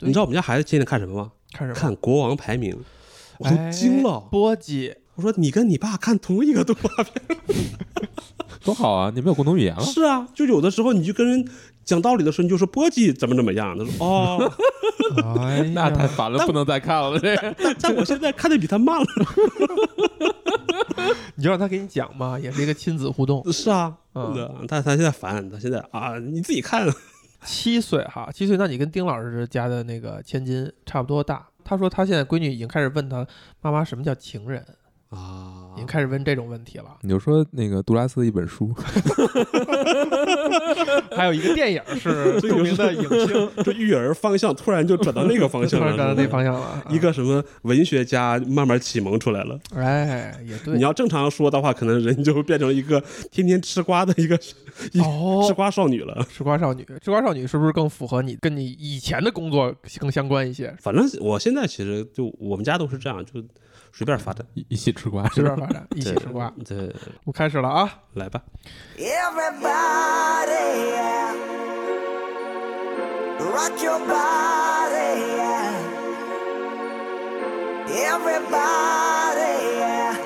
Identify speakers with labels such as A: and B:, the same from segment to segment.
A: 你知道我们家孩子天天看什么吗？
B: 看什么？
A: 看国王排名，我都惊了。
B: 哎波姐，
A: 我说你跟你爸看同一个动
B: 啊
A: 画片，
C: 多好啊！你们有共同语言了，
A: 是啊，就有的时候你就跟人讲道理的时候，你就说波吉怎么怎么样，他说 哦，
B: 哎呀
C: 那太烦了，不能再看了。这 个
A: 但但我现在看的比他慢了。
B: 你就让他给你讲嘛，也是一个亲子互动。
A: 是啊，
B: 嗯
A: 对啊但他现在烦，他现在啊，你自己 看，
B: 七岁哈，七岁，那你跟丁老师家的那个千金差不多大。他说他现在闺女已经开始问他妈妈什么叫情人，
A: 啊
B: 已经开始问这种问题了。
C: 你就说那个杜拉斯的一本书，
B: 还有一个电影 是著名的影星，
A: 这育儿方向突然就转到那个方向
B: 突
A: 了，
B: 然转到那
A: 是吧
B: 方向了。
A: 一个什么文学家慢慢启蒙出来了。
B: 哎，也对
A: 你，要正常说的话，可能人就变成一个天天吃瓜的一个一吃
B: 哦，
A: 瓜少女了。
B: 吃瓜少女，吃瓜少女是不是更符合你跟你以前的工作更相关一些？
A: 反正我现在其实就我们家都是这样，就随便发展。
C: 一一起吃瓜
B: 随
C: 是啊
B: 便？
C: 吧
B: 发展，一起吃瓜。
A: 对，
B: 我开始了啊，
A: 来吧。
D: Everybody, yeah. Rock your body, yeah. Everybody, yeah.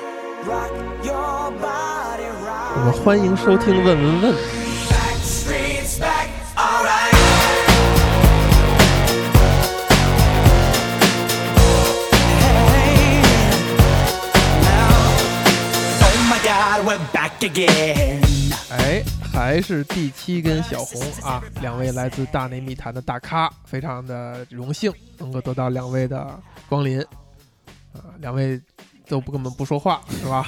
D: Rock your body,
B: 我们
D: right.
B: 欢迎收听《问问问》。
D: Back streets back, alright. Hey, now, oh my God, we're back again.
B: 哎，还是第七跟小红啊，两位来自大内密谈的大咖，非常的荣幸能够得到两位的光临啊，两位都不根本不说话是吧？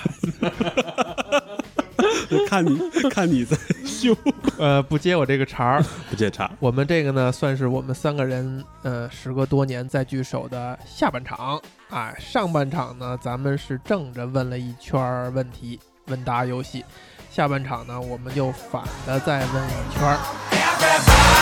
A: 就 看你看你在秀，
B: 呃，不接我这个茬儿。
A: 不接茬。
B: 我们这个呢，算是我们三个人呃，时隔多年再聚首的下半场啊。上半场呢，咱们是正着问了一圈儿问题，问答游戏；下半场呢，我们就反着再问一圈儿。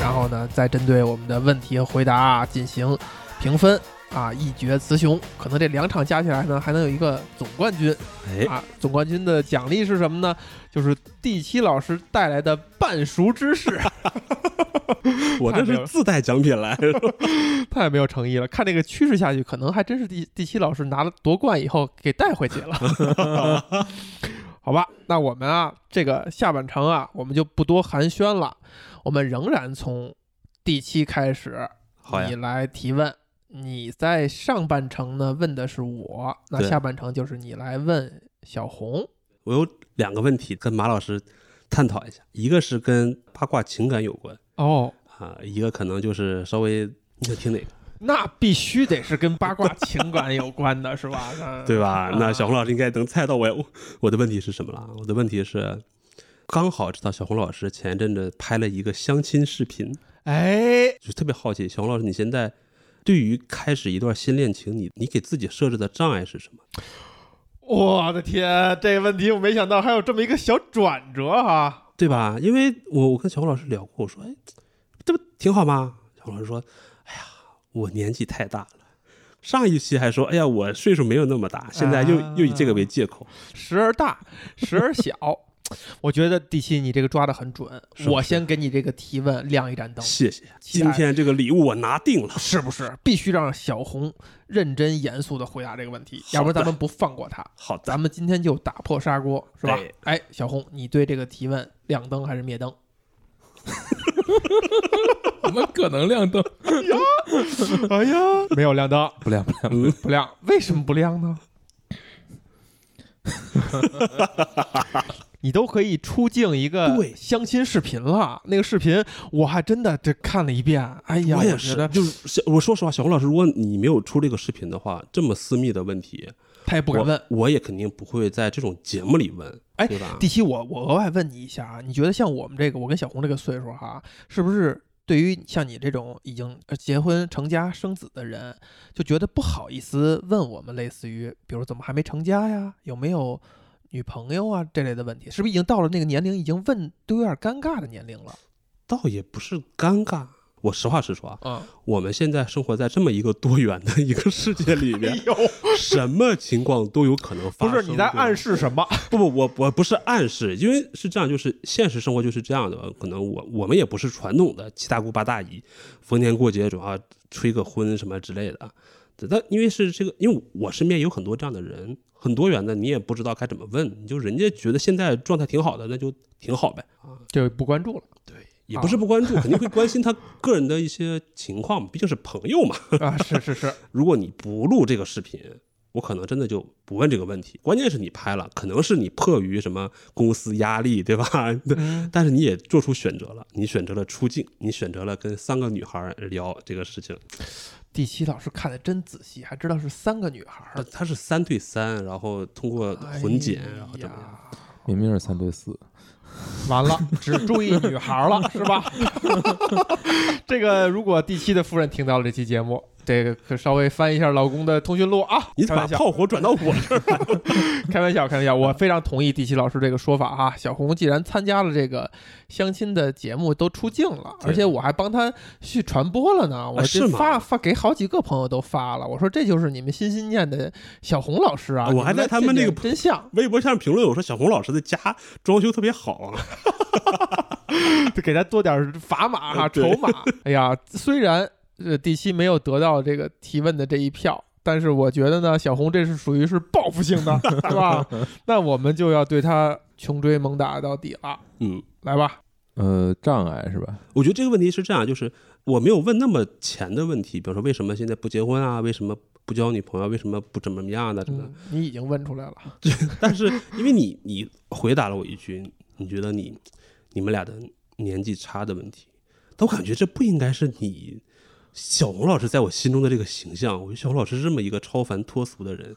B: 然后呢，再针对我们的问题和回答、进行评分啊，一决雌雄。可能这两场加起来呢，还能有一个总冠军
A: 哎，
B: 啊！总冠军的奖励是什么呢？就是第七老师带来的半熟知识，
A: 我这是自带奖品来。
B: 太没有诚意了。看这个趋势下去，可能还真是第第七老师拿了夺冠以后给带回去了。好吧，那我们啊，这个下半程啊，我们就不多寒暄了，我们仍然从第七开始。
A: 好
B: 你
A: 呀，
B: 来提问。你在上半程呢问的是我，那
A: 对
B: 下半程就是你来问小红。
A: 我有两个问题跟马老师探讨一下，一个是跟八卦情感有关
B: 哦，
A: 啊，一个可能就是稍微你想听 哪个，
B: 那必须得是跟八卦情感有关的，是吧？那
A: 对吧？
B: 啊
A: 那小红老师应该能猜到我我我的问题是什么了。我的问题是，刚好知道小红老师前阵子拍了一个相亲视频，
B: 哎，
A: 就特别好奇，小红老师你现在对于开始一段新恋情，你你给自己设置的障碍是什么？
B: 我的天，这个问题我没想到还有这么一个小转折哈。
A: 对吧？因为我我跟小红老师聊过，我说，哎，这不挺好吗？小红老师说，哎呀，我年纪太大了。上一期还说，哎呀，我岁数没有那么大，现在又、
B: 啊
A: 又以这个为借口，
B: 时而大，时而小。我觉得第七，你这个抓的很准。
A: 是不
B: 我
A: 是
B: 先给你这个提问亮一盏灯。
A: 谢谢，
B: 期待
A: 今天这个礼物我拿定了。
B: 是不是必须让小红认真严肃的回答这个问题？
A: 好的
B: 要不然咱们不放过她。
A: 好的，
B: 咱们今天就打破砂锅，是吧
A: 对？
B: 哎，小红，你对这个提问亮灯还是灭灯？
C: 怎么可能亮灯？
B: 哎呀，没有亮灯，
C: 不亮不亮，
B: 不亮，为什么不亮呢？你都可以出镜一个
A: 对
B: 相亲视频了，那个视频我还真的这看了一遍，哎呀，
A: 我
B: 我
A: 也
B: 觉
A: 是，
B: 得
A: 就是小我说实话，小红老师，如果你没有出这个视频的话，这么私密的问题，
B: 他也不敢问。
A: 我我也肯定不会在这种节目里问，
B: 哎
A: 对吧？
B: 第七，我我额外问你一下啊，你觉得像我们这个，我跟小红这个岁数哈，是不是对于像你这种已经呃结婚成家生子的人，就觉得不好意思问我们类似于，比如怎么还没成家呀，有没有女朋友啊这类的问题，是不是已经到了那个年龄，已经问都有点尴尬的年龄了？
A: 倒也不是尴尬。我实话实说啊，
B: 啊，
A: 我们现在生活在这么一个多元的一个世界里 面，
B: 哎呦，
A: 什么情况都有可能发
B: 不
A: 生。
B: 是你在
A: 对吧
B: 暗示什么？
A: 不不，我我不是暗示，因为是这样，就是现实生活就是这样的。可能我我们也不是传统的七大姑八大姨，逢年过节主要吹个婚什么之类的。对但因为是这个，因为我身边有很多这样的人，很多元的，你也不知道该怎么问。你就人家觉得现在状态挺好的，那就挺好呗，
B: 就不关注了
A: 也不是不关
B: 啊
A: 注，肯定会关心他个人的一些情况嘛，毕竟是朋友嘛。
B: 啊！是是是，
A: 如果你不录这个视频，我可能真的就不问这个问题。关键是你拍了，可能是你迫于什么公司压力，对吧？
B: 嗯
A: 但是你也做出选择了，你选择了出镜，你选择了跟三个女孩聊这个事情。
B: 第七老师看的真仔细，还知道是三个女孩儿
A: 呃，它是三对三，然后通过混剪，
B: 哎呀
A: 然后怎么样？
C: 明明是三对四，
B: 完 了，只注意女孩 儿了，是吧？这个如果第七的夫人听到了这期节目，这个可稍微翻一下老公的通讯录啊。
A: 你
B: 开
A: 怎么
B: 玩
A: 把
B: 笑，
A: 炮火转到我这儿？
B: 开玩笑，开玩笑，我非常同意第七老师这个说法哈。小红既然参加了这个相亲的节目，都出镜了，
A: 对
B: 而且我还帮她去传播了呢。我
A: 是
B: 这
A: 吗
B: 发发给好几个朋友都发了，我说这就是你们心心念的小红老师啊。
A: 我还
B: 你来
A: 在他们
B: 见
A: 那个
B: 见真相，
A: 微博下面评论我说小红老师的家装修特别好啊，
B: 就给他多点儿砝码哈、
A: 对
B: 筹码。哎呀，虽然呃第七没有得到这个提问的这一票，但是我觉得呢，小红这是属于是报复性的，对吧？ 那我们就要对他穷追猛打到底了，
A: 嗯。
B: 来吧。
C: 呃，障碍是吧？
A: 我觉得这个问题是这样，就是我没有问那么前的问题，比如说为什么现在不结婚啊，为什么不交女朋友，为什么不怎么怎么样的、真的
B: 嗯。，你已经问出来了，
A: 嗯但是因为你你回答了我一句，你觉得你你们俩的年纪差的问题，但我感觉这不应该是你小红老师在我心中的这个形象。我觉得小红老师这么一个超凡脱俗的人，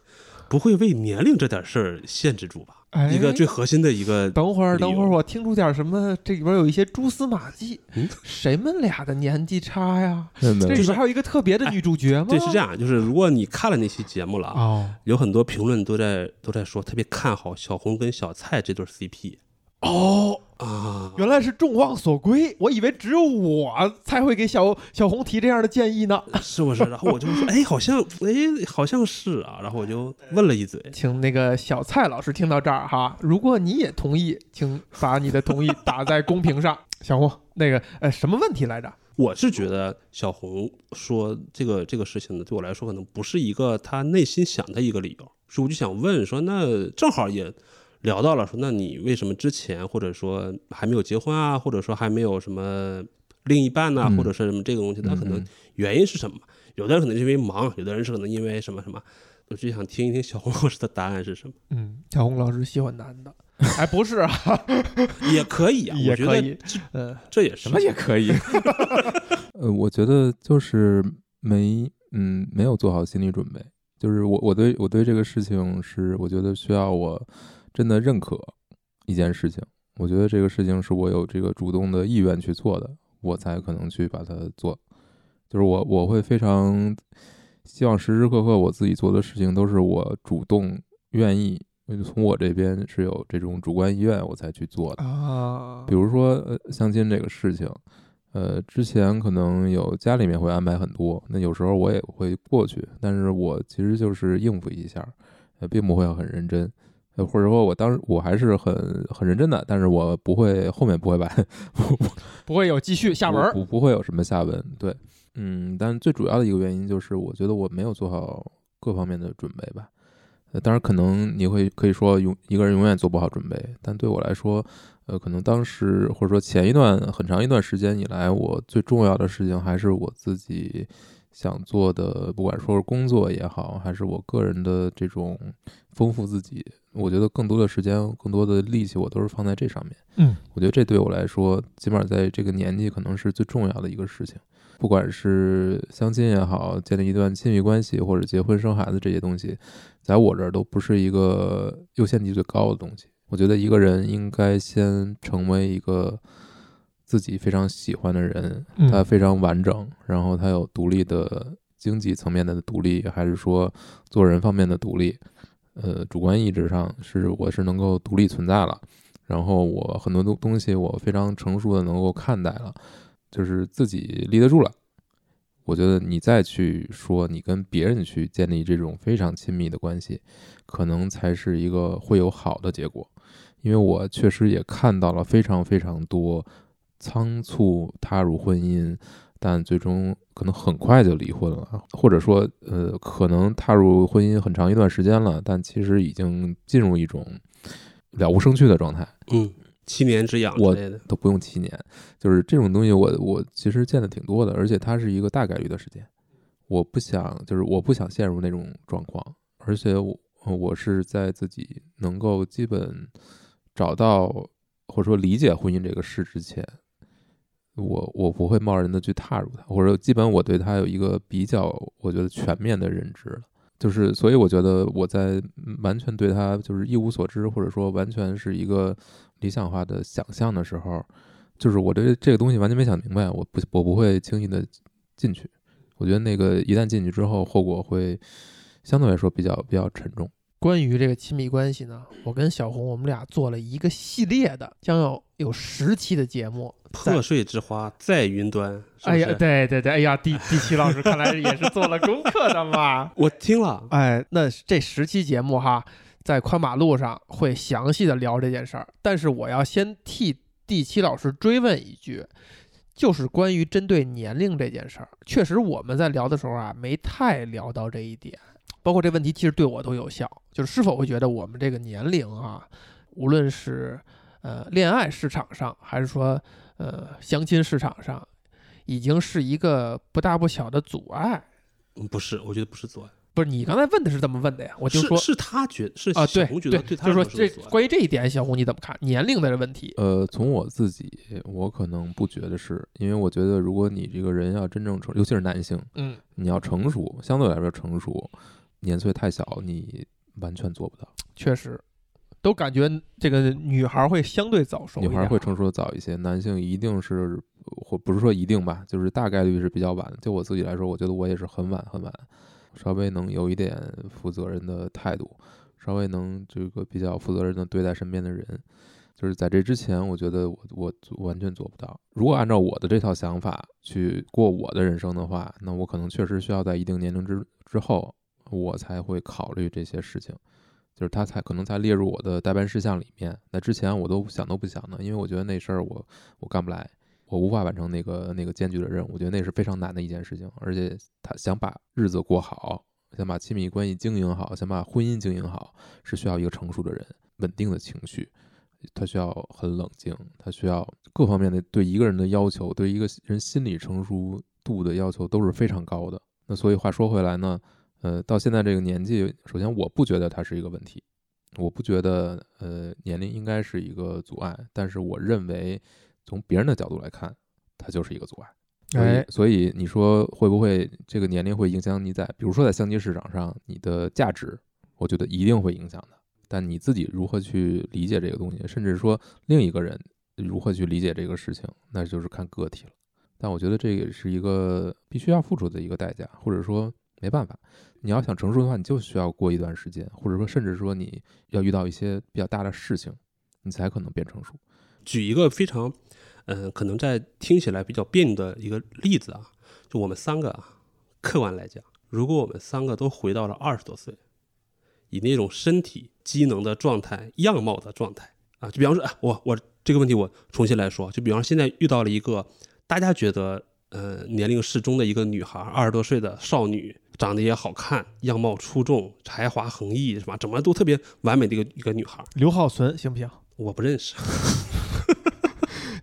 A: 不会为年龄这点事儿限制住吧？
B: 哎
A: 一个最核心的一个
B: 等会儿，
A: 理由
B: 等会儿，我听出点什么，这里边有一些蛛丝马迹。
A: 嗯
B: 谁们俩的年纪差呀？
C: 真
B: 这
C: 的
B: 里边还有一个特别的女主角吗？
A: 哎对是这样，就是如果你看了那期节目了啊，
B: 哦
A: 有很多评论都在都在说特别看好小红跟小蔡这对 CP
B: 哦，
A: 啊，
B: 原来是众望所归，我以为只有我才会给小小红提这样的建议呢。
A: 是不是？然后我就说，哎，好像，哎，好像是啊。然后我就问了一嘴，
B: 请那个小蔡老师听到这儿哈，如果你也同意，请把你的同意打在公屏上。 小红，那个呃，什么问题来着？
A: 我是觉得小红说这个这个事情呢，对我来说可能不是一个她内心想的一个理由，所以我就想问说，那正好也聊到了说，那你为什么之前或者说还没有结婚啊，或者说还没有什么另一半呐、
C: 嗯
A: 或者是什么这个东西，那可能
C: 嗯
A: 原因是什么？有的人可能是因为忙，有的人是可能因为什么什么，我就想听一听小红老师的答案是什么，
B: 嗯，小红老师喜欢男 的，哎，不是啊，
A: 也可 以啊，
B: 也
A: 我觉
B: 可
A: 得
B: 以，嗯，
A: 这也是
C: 什么也可以。 呃，我觉得就是没，嗯，没有做好心理准备。就是我，我对我对这个事情是，我觉得需要我真的认可一件事情。我觉得这个事情是我有这个主动的意愿去做的，我才可能去把它做。就是我我会非常希望时时刻刻我自己做的事情都是我主动愿意，从我这边是有这种主观意愿我才去做的。
B: 啊
C: 比，如说、呃、相亲这个事情，呃，之前可能有家里面会安排很多，那有时候我也会过去，但是我其实就是应付一下，呃，并不会很认真，呃，或者说我当时我还是很很认真的，但是我不会后面不会把 不不
B: 不会有继续下文
C: 不
B: 儿。
C: 不不会有什么下文，对，嗯，但最主要的一个原因就是我觉得我没有做好各方面的准备吧。呃，当然，可能你会可以说永一个人永远做不好准备，但对我来说，呃，可能当时或者说前一段很长一段时间以来，我最重要的事情还是我自己想做的，不管说是工作也好，还是我个人的这种丰富自己，我觉得更多的时间、更多的力气，我都是放在这上面。
B: 嗯，
C: 我觉得这对我来说，起码在这个年纪，可能是最重要的一个事情。不管是相亲也好，建立一段亲密关系，或者结婚生孩子这些东西，在我这儿都不是一个优先级最高的东西。我觉得一个人应该先成为一个自己非常喜欢的人，
B: 嗯
C: 他非常完整，然后他有独立的经济层面的独立，还是说做人方面的独立，呃，主观意志上是我是能够独立存在了。然后我很多东东西我非常成熟的能够看待了，就是自己立得住了。我觉得你再去说你跟别人去建立这种非常亲密的关系，可能才是一个会有好的结果。因为我确实也看到了非常非常多仓促踏入婚姻，但最终可能很快就离婚了，或者说，呃，可能踏入婚姻很长一段时间了，但其实已经进入一种了无生趣的状态。
A: 嗯，七年之痒之
C: 我
A: 类的，
C: 都不用七年，就是这种东西我，我其实见的挺多的，而且它是一个大概率的事件。我不想，就是我不想陷入那种状况，而且我呃我是在自己能够基本找到或者说理解婚姻这个事之前，我我不会贸然的去踏入它，或者基本我对它有一个比较，我觉得全面的认知了。就是，所以我觉得我在嗯完全对它就是一无所知，或者说完全是一个理想化的想象的时候，就是我对这个东西完全没想明白，我不我不会轻易的进去。我觉得那个一旦进去之后，后果会相对来说比较比较沉重。
B: 关于这个亲密关系呢，我跟小红我们俩做了一个系列的，将要有十期的节目。
A: 破碎之花在云端。是不
B: 哎呀
A: 是，
B: 对对对，哎呀，第第七老师看来也是做了功课的嘛。
A: 我听了，
B: 哎，那这十期节目哈，在宽马路上会详细的聊这件事儿，但是我要先替第七老师追问一句，就是关于针对年龄这件事儿，确实我们在聊的时候啊，没太聊到这一点，包括这问题其实对我都有效，就是是否会觉得我们这个年龄啊，无论是呃恋爱市场上，还是说呃相亲市场上，已经是一个不大不小的阻碍。
A: 嗯不是，我觉得不是阻碍，
B: 不是你刚才问的是这么问的呀？我就是说
A: 是他觉是
B: 啊，
A: 小
B: 对
A: 红觉
B: 对，
A: 得对
B: 就
A: 他
B: 是
A: 来
B: 说
A: 说
B: 这
A: 是阻碍
B: 关于这一点，小红你怎么看？年龄的问题，
C: 呃，从我自己，我可能不觉得是，因为我觉得如果你这个人要真正成，尤其是男性，
B: 嗯，
C: 你要成熟，相对来说成熟，年岁太小，你完全做不到。
B: 确实，都感觉这个女孩会相对早熟一
C: 女
B: 点，哎
C: 孩会成熟的早一些，男性一定是或不是说一定吧，就是大概率是比较晚的。就我自己来说，我觉得我也是很晚很晚，稍微能有一点负责任的态度，稍微能这个比较负责任的对待身边的人。就是在这之前，我觉得我我完全做不到。如果按照我的这套想法去过我的人生的话，那我可能确实需要在一定年龄之之后，我才会考虑这些事情。就是他才可能才列入我的代办事项里面。那之前我都想都不想呢，因为我觉得那事儿我我干不来，我无法完成那个那个艰巨的任务。我觉得那是非常难的一件事情，而且他想把日子过好，想把亲密关系经营好，想把婚姻经营好，是需要一个成熟的人，稳定的情绪。他需要很冷静，他需要各方面的对一个人的要求，对一个人心理成熟度的要求都是非常高的。那所以话说回来呢，呃，到现在这个年纪，首先我不觉得它是一个问题，我不觉得呃年龄应该是一个阻碍，但是我认为从别人的角度来看，它就是一个阻碍。所以
B: 哎，
C: 所以你说会不会这个年龄会影响你在，比如说在相亲市场上你的价值？我觉得一定会影响的。但你自己如何去理解这个东西，甚至说另一个人如何去理解这个事情，那就是看个体了。但我觉得这也是一个必须要付出的一个代价，或者说没办法。你要想成熟的话，你就需要过一段时间，或者说甚至说你要遇到一些比较大的事情，你才可能变成熟。
A: 举一个非常，嗯、可能在听起来比较别扭的一个例子啊，就我们三个啊，客观来讲，如果我们三个都回到了二十多岁，以那种身体机能的状态、样貌的状态啊，就比方说，啊、我我这个问题我重新来说，就比方说现在遇到了一个大家觉得呃年龄适中的一个女孩，二十多岁的少女。长得也好看，样貌出众，才华横溢，是吧？怎么都特别完美的一个一个女孩，
B: 刘浩存行不行？
A: 我不认识，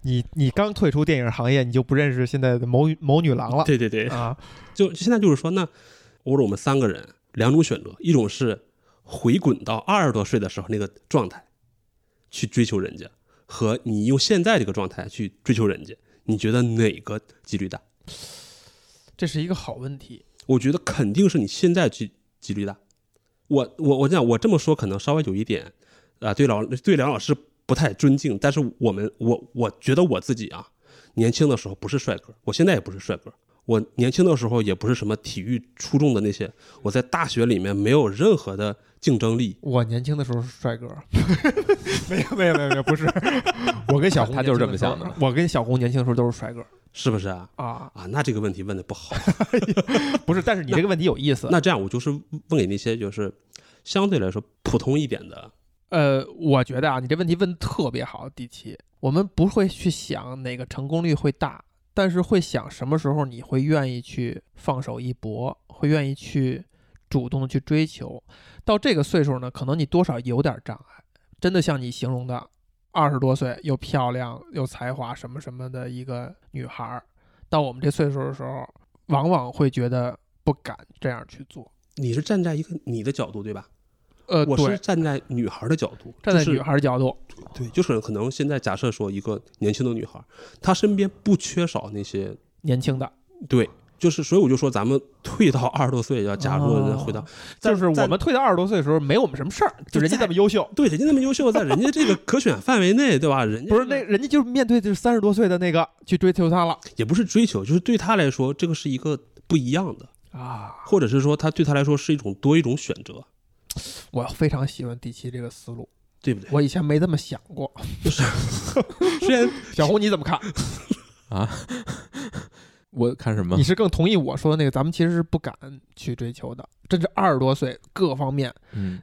B: 你你刚退出电影行业，你就不认识现在的某某女郎 了
A: 对对对，
B: 啊？
A: 就现在就是说，那我说我们三个人两种选择，一种是回滚到二十多岁的时候那个状态去追求人家，和你用现在这个状态去追求人家，你觉得哪个几率大？
B: 这是一个好问题。
A: 我觉得肯定是你现在几几率大。我我我这样我这么说可能稍微有一点啊、对老对梁老师不太尊敬，但是我们我我觉得我自己啊，年轻的时候不是帅哥，我现在也不是帅哥，我年轻的时候也不是什么体育出众的那些，我在大学里面没有任何的竞争力。
B: 我年轻的时候是帅哥， 没有没有没有没有，不是， 我跟小红
C: 他就是这么
B: 年轻的时候
C: 想的。
B: 我跟小红年轻的时候都是帅哥
A: 是不是啊？
B: 啊，
A: 啊，那这个问题问的不 好。
B: 不是。但是你这个问题有意思。
A: 那这样，我就是问给那些就是相对来说普通一点的，
B: 呃，我觉得啊，你这问题问得特别好，第七，我们不会去想哪个成功率会大，但是会想什么时候你会愿意去放手一搏，会愿意去主动地去追求。到这个岁数呢，可能你多少有点障碍，真的像你形容的，二十多岁又漂亮又才华什么什么的一个女孩儿，到我们这岁数的时候，往往会觉得不敢这样去做。
A: 你是站在一个你的角度对吧？
B: 呃，
A: 我是
B: 对，
A: 站在女孩的角度，
B: 站在
A: 就是
B: 女孩儿角度，
A: 对，就是可能现在假设说一个年轻的女孩，她身边不缺少那些
B: 年轻的。
A: 对，就是所以我就说咱们退到二十多岁，要假如能回到，在
B: 哦就是我
A: 在
B: 们退到二十多岁的时候，没我们什么事儿，
A: 就
B: 就人家
A: 在
B: 这么优秀，
A: 对人家那么优秀，在人家这个可选范围内，对吧？人家
B: 不是那人家就是面对就是三十多岁的那个去追求他了
A: 也不是追求，就是对她来说，这个是一个不一样的，
B: 啊！
A: 或者是说她对她来说是一种多一种选择，
B: 我非常喜欢第七这个思路，
A: 对不对？
B: 我以前没这么想过。
A: 虽然
B: 小红你怎么看？
C: 我看什么
B: 你？是更同意我说的那个，咱们其实是不敢去追求的，真是二十多岁各方面
C: 嗯，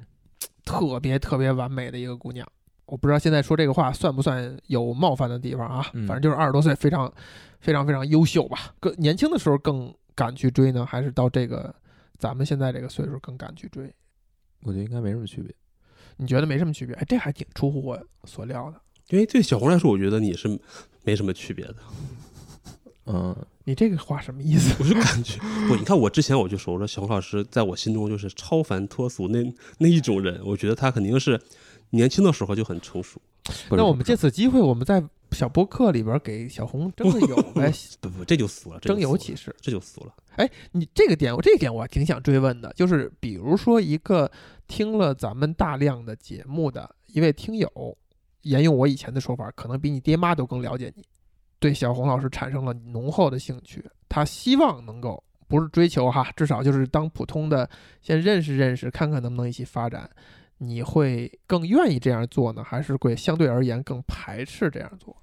B: 特别特别完美的一个姑娘。我不知道现在说这个话算不算有冒犯的地方啊？
C: 嗯
B: 反正就是二十多岁非常非常非常优秀吧。更年轻的时候更敢去追呢，还是到这个咱们现在这个岁数更敢去追？
C: 我觉得应该没什么区别。
B: 你觉得没什么区别？哎，这还挺出乎我所料的。
A: 因为对小红来说，我觉得你是没什么区别的。
C: 嗯，
B: 你这个话什么意思？
A: 我就感 觉，我你看我之前我就说，我说小红老师在我心中就是超凡脱俗那那一种人，我觉得他肯定是年轻的时候就很成熟。
C: 不是
B: 那我们借此机会，我们在小播客里边给小红真的有呗
A: 不不，这就俗了，这就
B: 征友
A: 俗
B: 启
A: 了，
B: 事。
A: 这就俗了。
B: 哎，你这个点，我这个点我还挺想追问的，就是比如说一个听了咱们大量的节目的一位听友，沿用我以前的说法，可能比你爹妈都更了解你，对小红老师产生了浓厚的兴趣，他希望能够不是追求哈，至少就是当普通的先认识认识，看看能不能一起发展。你会更愿意这样做呢，还是会相对而言更排斥这样做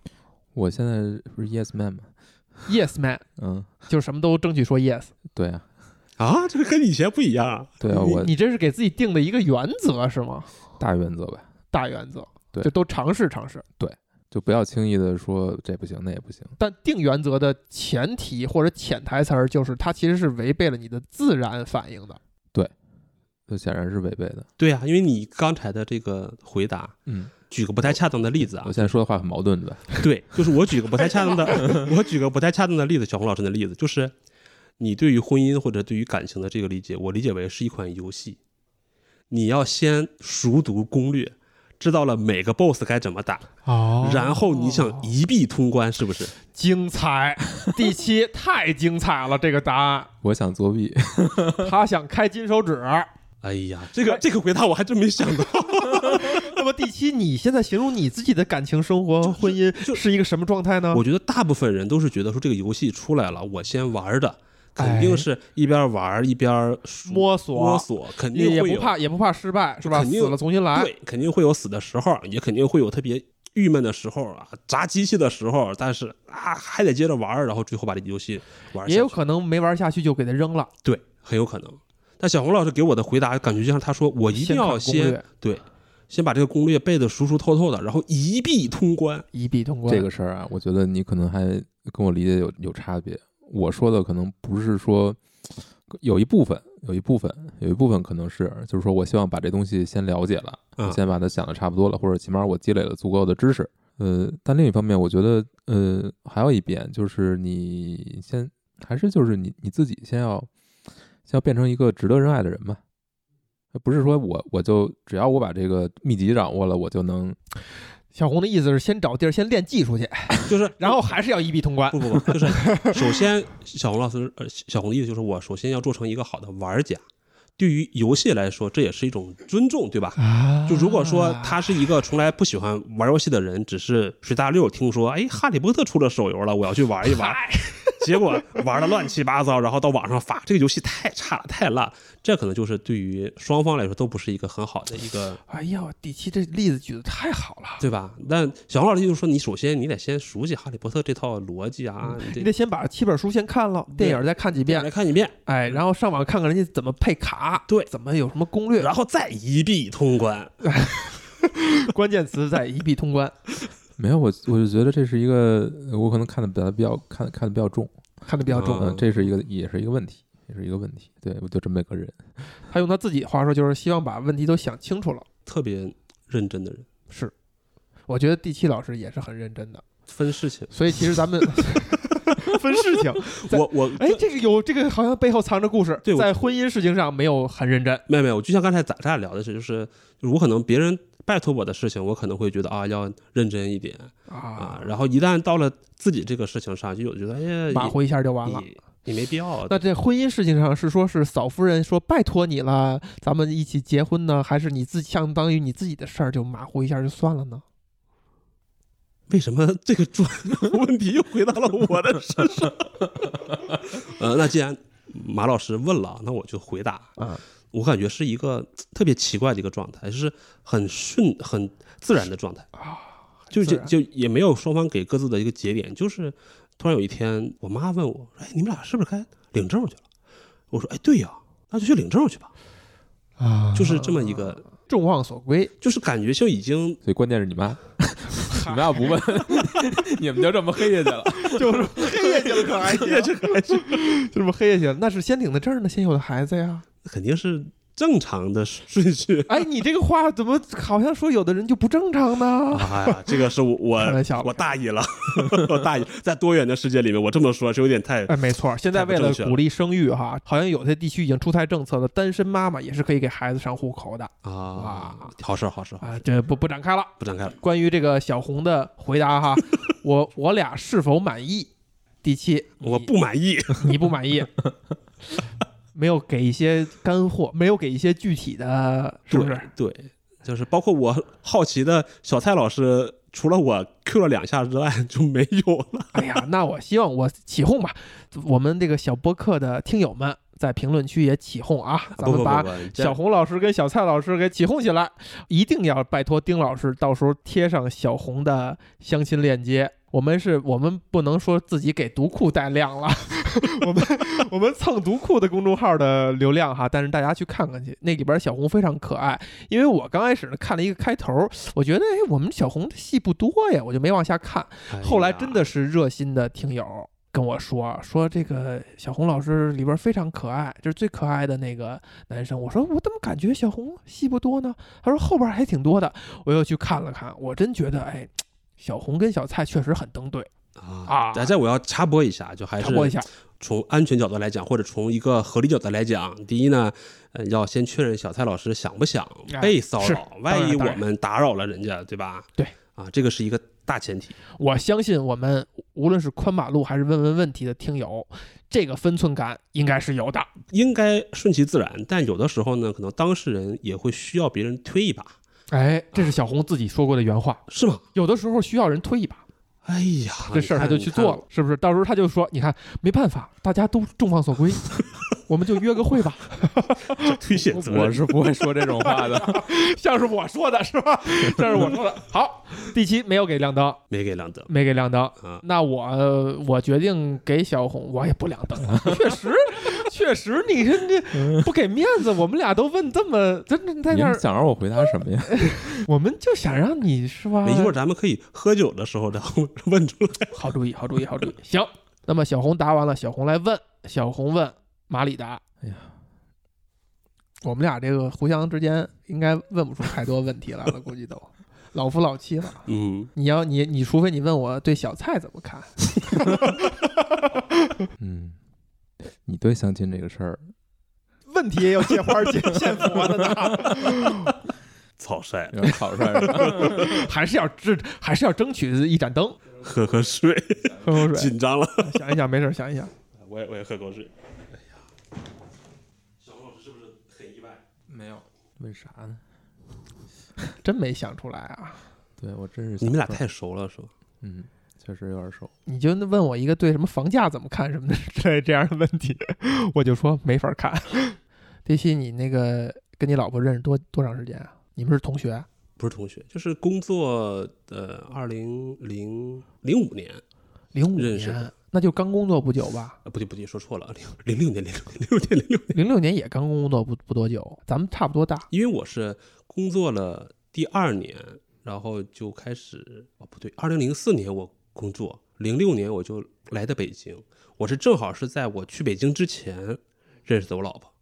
C: 我现在不是 yes man 吗？
B: ？Yes man，
C: 嗯，
B: 就是什么都争取说 yes。
C: 对啊，
A: 啊，这个跟以前不一样啊！
C: 对啊，
B: 你
C: 我
B: 你这是给自己定的一个原则是吗？
C: 大原则吧，
B: 大原则，
C: 对
B: 就都尝试尝试。
C: 就不要轻易的说这不行那也不行。
B: 但定原则的前提或者潜台词儿就是，它其实是违背了你的自然反应的。
C: 这显然是违背的。
A: 对啊，因为你刚才的这个回答，
C: 嗯，
A: 举个不太恰当的例子啊
C: 我，现在说的话很矛盾，对吧？
A: 对，就是我举个不太恰当 的，我举个不太恰当的例子，小红老师的例子，就是你对于婚姻或者对于感情的这个理解，我理解为是一款游戏，你要先熟读攻略。知道了每个 boss 该怎么打，
B: 哦
A: 然后你想一臂通关，是不是？
B: 精彩，第七太精彩了，这个答案，
C: 我想作弊，
B: 他想开金手指。
A: 哎呀，这个这个回答我还真没想到。
B: 那么第七，你现在形容你自己的感情生活、婚姻
A: 就是
B: 一个什么状态呢？
A: 我觉得大部分人都是觉得说这个游戏出来了，我先玩儿的，肯定是一边玩儿一边熟
B: 摸索
A: 哎摸索，肯定
B: 也也
A: 会
B: 不
A: 有
B: 怕，也不怕失败，是吧？
A: 肯定
B: 死了重新来。
A: 对，肯定会有死的时候，也肯定会有特别郁闷的时候啊，砸机器的时候，但是啊还得接着玩儿，然后最后把这游戏玩儿下
B: 也有
A: 去
B: 可能没玩下去就给它扔了，
A: 对，很有可能。但小红老师给我的回答感觉就像他说，我一定要
B: 看攻
A: 先
B: 略
A: 对，先把这个攻略背得熟熟透透的，然后一臂通 关。
B: 一臂通关。
C: 这个事儿啊，我觉得你可能还跟我理解有有差别。我说的可能不是说有一部分，有一部分，有一部分可能是，就是说我希望把这东西先了解了，
A: 嗯
C: 我先把它想的差不多了，或者起码我积累了足够的知识。呃，但另一方面，我觉得，呃，还有一点就是，你先还是就是你你自己先要先要变成一个值得热爱的人吧。不是说我我就只要我把这个秘籍掌握了，我就能
B: 小红的意思是先找地儿先练技术去，
A: 就是
B: 然后还是要一臂通关
A: 不。不不，就是首先小红老师呃小红的意思就是我首先要做成一个好的玩家。对于游戏来说，这也是一种尊重，对吧？
B: 啊
A: 就如果说他是一个从来不喜欢玩游戏的人，只是随大溜听说，哎，哈利波特出了手游了，我要去玩一玩，结果玩的乱七八糟，然后到网上发，这个游戏太差了，太烂，这可能就是对于双方来说都不是一个很好的一个，
B: 哎呀，我第七这例子举的太好了，
A: 对吧？但小黄老师就是说，你首先你得先熟悉《哈利波特》这套逻辑啊，
B: 你
A: 你
B: 得
A: 得
B: 先把七本书先看了，
A: 对
B: 电影再看几
A: 来
B: 遍，
A: 看一遍，
B: 哎，然后上网看看人家怎么配卡，
A: 对
B: 怎么有什么攻略，
A: 然后再一臂通关。
B: 关键词在一币通关，
C: 没有，我我就觉得这是一个，呃我可能看的比较比较看看的比较重，
B: 看的比较重。
A: 嗯
C: 嗯，这是一个也是一个问题，也是一个问题。对我就这么一个人，
A: 嗯
B: 他用他自己的话说，就是希望把问题都想清楚了。
A: 特别认真的人
B: 是，我觉得第七老师也是很认真的，
A: 分事情，
B: 所以其实咱 们分事情。在
A: 我我
B: 哎，这个有这个好像背后藏着故事
A: 对，我
B: 在婚姻事情上没有很认真。
A: 没有没有，就像刚才咱咱俩聊的是，就是就是我可能别人拜托我的事情，我可能会觉得啊要认真一点啊
B: 啊，，
A: 然后一旦到了自己这个事情上，就有觉得哎呀，
B: 马
A: 也
B: 虎一下就完了。
A: 也也没必 要。
B: 那这婚姻事情上是说是嫂夫人说拜托你了，咱们一起结婚呢，还是你自己相当于你自己的事儿就马虎一下就算了呢？
A: 为什么这个专 问题又回到了我的身上？ 呃，那既然马老师问了，那我就回答。
B: 啊，
A: 我感觉是一个特别奇怪的一个状态，就是很顺、很自然的状态啊，就
B: 自
A: 就
B: 然
A: 就也没有双方给各自的一个节点，就是突然有一天，我妈问我，哎，你们俩是不是该领证去了？我说，哎，对呀，那就去领证去吧，
B: 啊
A: 就是这么一个，
B: 众望所归，
A: 就是感觉就已经
C: 所以关键是你妈， 你妈不 问，你们就这么黑下去了。
B: 就是黑夜去了，可还 黑夜去还是就是不黑夜去了？那是先领的证呢，先有的孩子呀。
A: 肯定是正常的顺序。
B: 哎，你这个话怎么好像说有的人就不正常呢？
A: 哎 呀，这个是我
B: 开玩笑
A: 我我大意了， 我大意，在多元的世界里面，我这么说是有点太
B: 哎，没错，现在为
A: 太不
B: 了
A: 正确了
B: 鼓励生育哈，好像有些地区已经出台政策了，单身妈妈也是可以给孩子上户口的
A: 啊，好事儿好事儿，
B: 啊。这不不展开了。
A: 不展开了。
B: 关于这个小红的回 答哈，我我俩是否满意？第七，
A: 我
B: 你
A: 不满意，
B: 你不 满意，没有给一些干货，没有给一些具体的，是不是？
A: 对？对，就是包括我好奇的小蔡老师，除了我 Q 了两下之外就没有了。
B: 哎呀，那我希望我起哄吧，我们这个小播客的听友们在评论区也起哄啊，咱
A: 不
B: 们
A: 不
B: 把
A: 不不，这
B: 小红老师跟小蔡老师给起哄起来，一定要拜托丁老师到时候贴上小红的相亲链接。我们是我们不能说自己给读库带量了， 我们我们蹭读库的公众号的流量哈，但是大家去看看去，那里边小红非常可爱。因为我刚开始呢看了一个开头，我觉得哎，我们小红的戏不多呀，我就没往下看。
A: 哎
B: 后来真的是热心的听友跟我说，说这个小红老师里边非常可爱，就是最可爱的那个男生。我说我怎么感觉小红戏不多呢？他说后边还挺多的。我又去看了看，我真觉得哎，小红跟小蔡确实很登对。
A: 哎呀
B: 啊
A: 啊！但这我要插播一下，就还
B: 插
A: 哎是
B: 播一下，
A: 从安全角度来讲，或者从一个合理角度来讲，第一呢，呃，要先确认小蔡老师想不想
B: 哎
A: 被骚
B: 是
A: 扰，万一
B: 当然当
A: 我
B: 然
A: 们打扰了人家，对吧？
B: 对
A: 啊，这个是一个大前提。
B: 我相信我们无论是宽马路还是问问问题的听友，这个分寸感应该是有的。
A: 应该顺其自然，但有的时候呢，可能当事人也会需要别人推一把，
B: 哎，这是小红自己说过的原话，
A: 是吗？
B: 有的时候需要人推一把。
A: 哎呀，
B: 这事儿他就去做
A: 了。
B: 了，是不是？到时候他就说，你看没办法，大家都众望所归， 我们就约个会吧。
A: 推卸责任
C: 我是不会说这种话的。
B: 像是我说的是吧？像是我说的。好， 第七没有给亮灯，
A: 没给亮灯
B: 没给亮灯。
A: 啊。
B: 那我呃我决定给小红，我也不亮灯了。啊 确实，确实，你看这不给面子，我们俩都问这么，真的在
C: 你
B: 那
C: 们
B: 儿，
C: 想让我回答什么呀？
B: 我们就想让你是吧？
A: 一会儿咱们可以喝酒的时候，然后 问出来。
B: 好主意，好主意，好 主意。行，那么小红答完了，小红来问，小红问马里达。
C: 哎呀，
B: 我们俩这个互相之间应该问不出太多问题来了，估计都老夫老妻了。
A: 嗯，
B: 你要你你，除非你问我对小蔡怎么看，
C: 嗯，你对相亲这个事儿，
B: 问题也有借花借献佛的呢，
A: 草率，
C: 有点草率是 吧？
B: 还是要这还是要争取一盏灯，
A: 喝喝 水，
B: 喝口水，
A: 紧张了。
B: 想一想，没事儿想一想。
A: 我也我也喝口水。哎呀，小红老师是不是很意外？
C: 没有，问啥呢？
B: 真没想出来啊！
C: 对我真是
A: 你们俩
C: 想说
A: 太熟了是吧？
C: 嗯，确实有点熟。
B: 你就问我一个对什么房价怎么看什么的之类这样的问题，我就说没法看。迪西，你那个跟你老婆认识多多长时间啊？你们是同学啊？
A: 不是同学，就是工作呃，二零零零五年，
B: 零五
A: 认识
B: 年，那就刚工作不久 吧？
A: 呃，不对不对，说错了，零零六年，零六年，零六年，
B: 零六年也刚工作不不多久，咱们差不多大。
A: 因为我是工作了第二年，然后就开始哦不对，二零零四年我工作，零六年我就来的北京，我是正好是在我去北京之前认识的我老婆，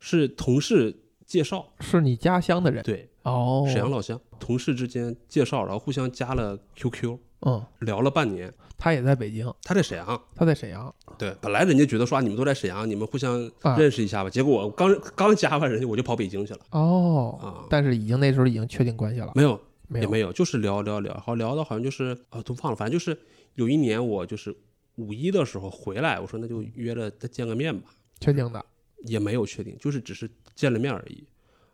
A: 是同事介绍，
B: 是你家乡的人
A: 对，
B: 哦，
A: 沈阳老乡，同事之间介绍，然后互相加了 QQ，
B: 嗯，
A: 聊了半年，
B: 他也在北京，
A: 他在沈阳。
B: 他在沈阳，
A: 对，本来人家觉得说啊你们都在沈阳，你们互相
B: 啊
A: 认识一下吧。结果我刚刚加完人家，我就跑北京去了
B: 哦，
A: 啊。
B: 但是已经那时候已经确定关系了，
A: 没有，
B: 没
A: 也
B: 有，
A: 没有，就是聊聊聊，好聊到好像就是啊，都忘了，反正就是有一年我就是五一的时候回来，我说那就约了再见个面吧，
B: 确定的，
A: 也没有确定，就是只是见了面而已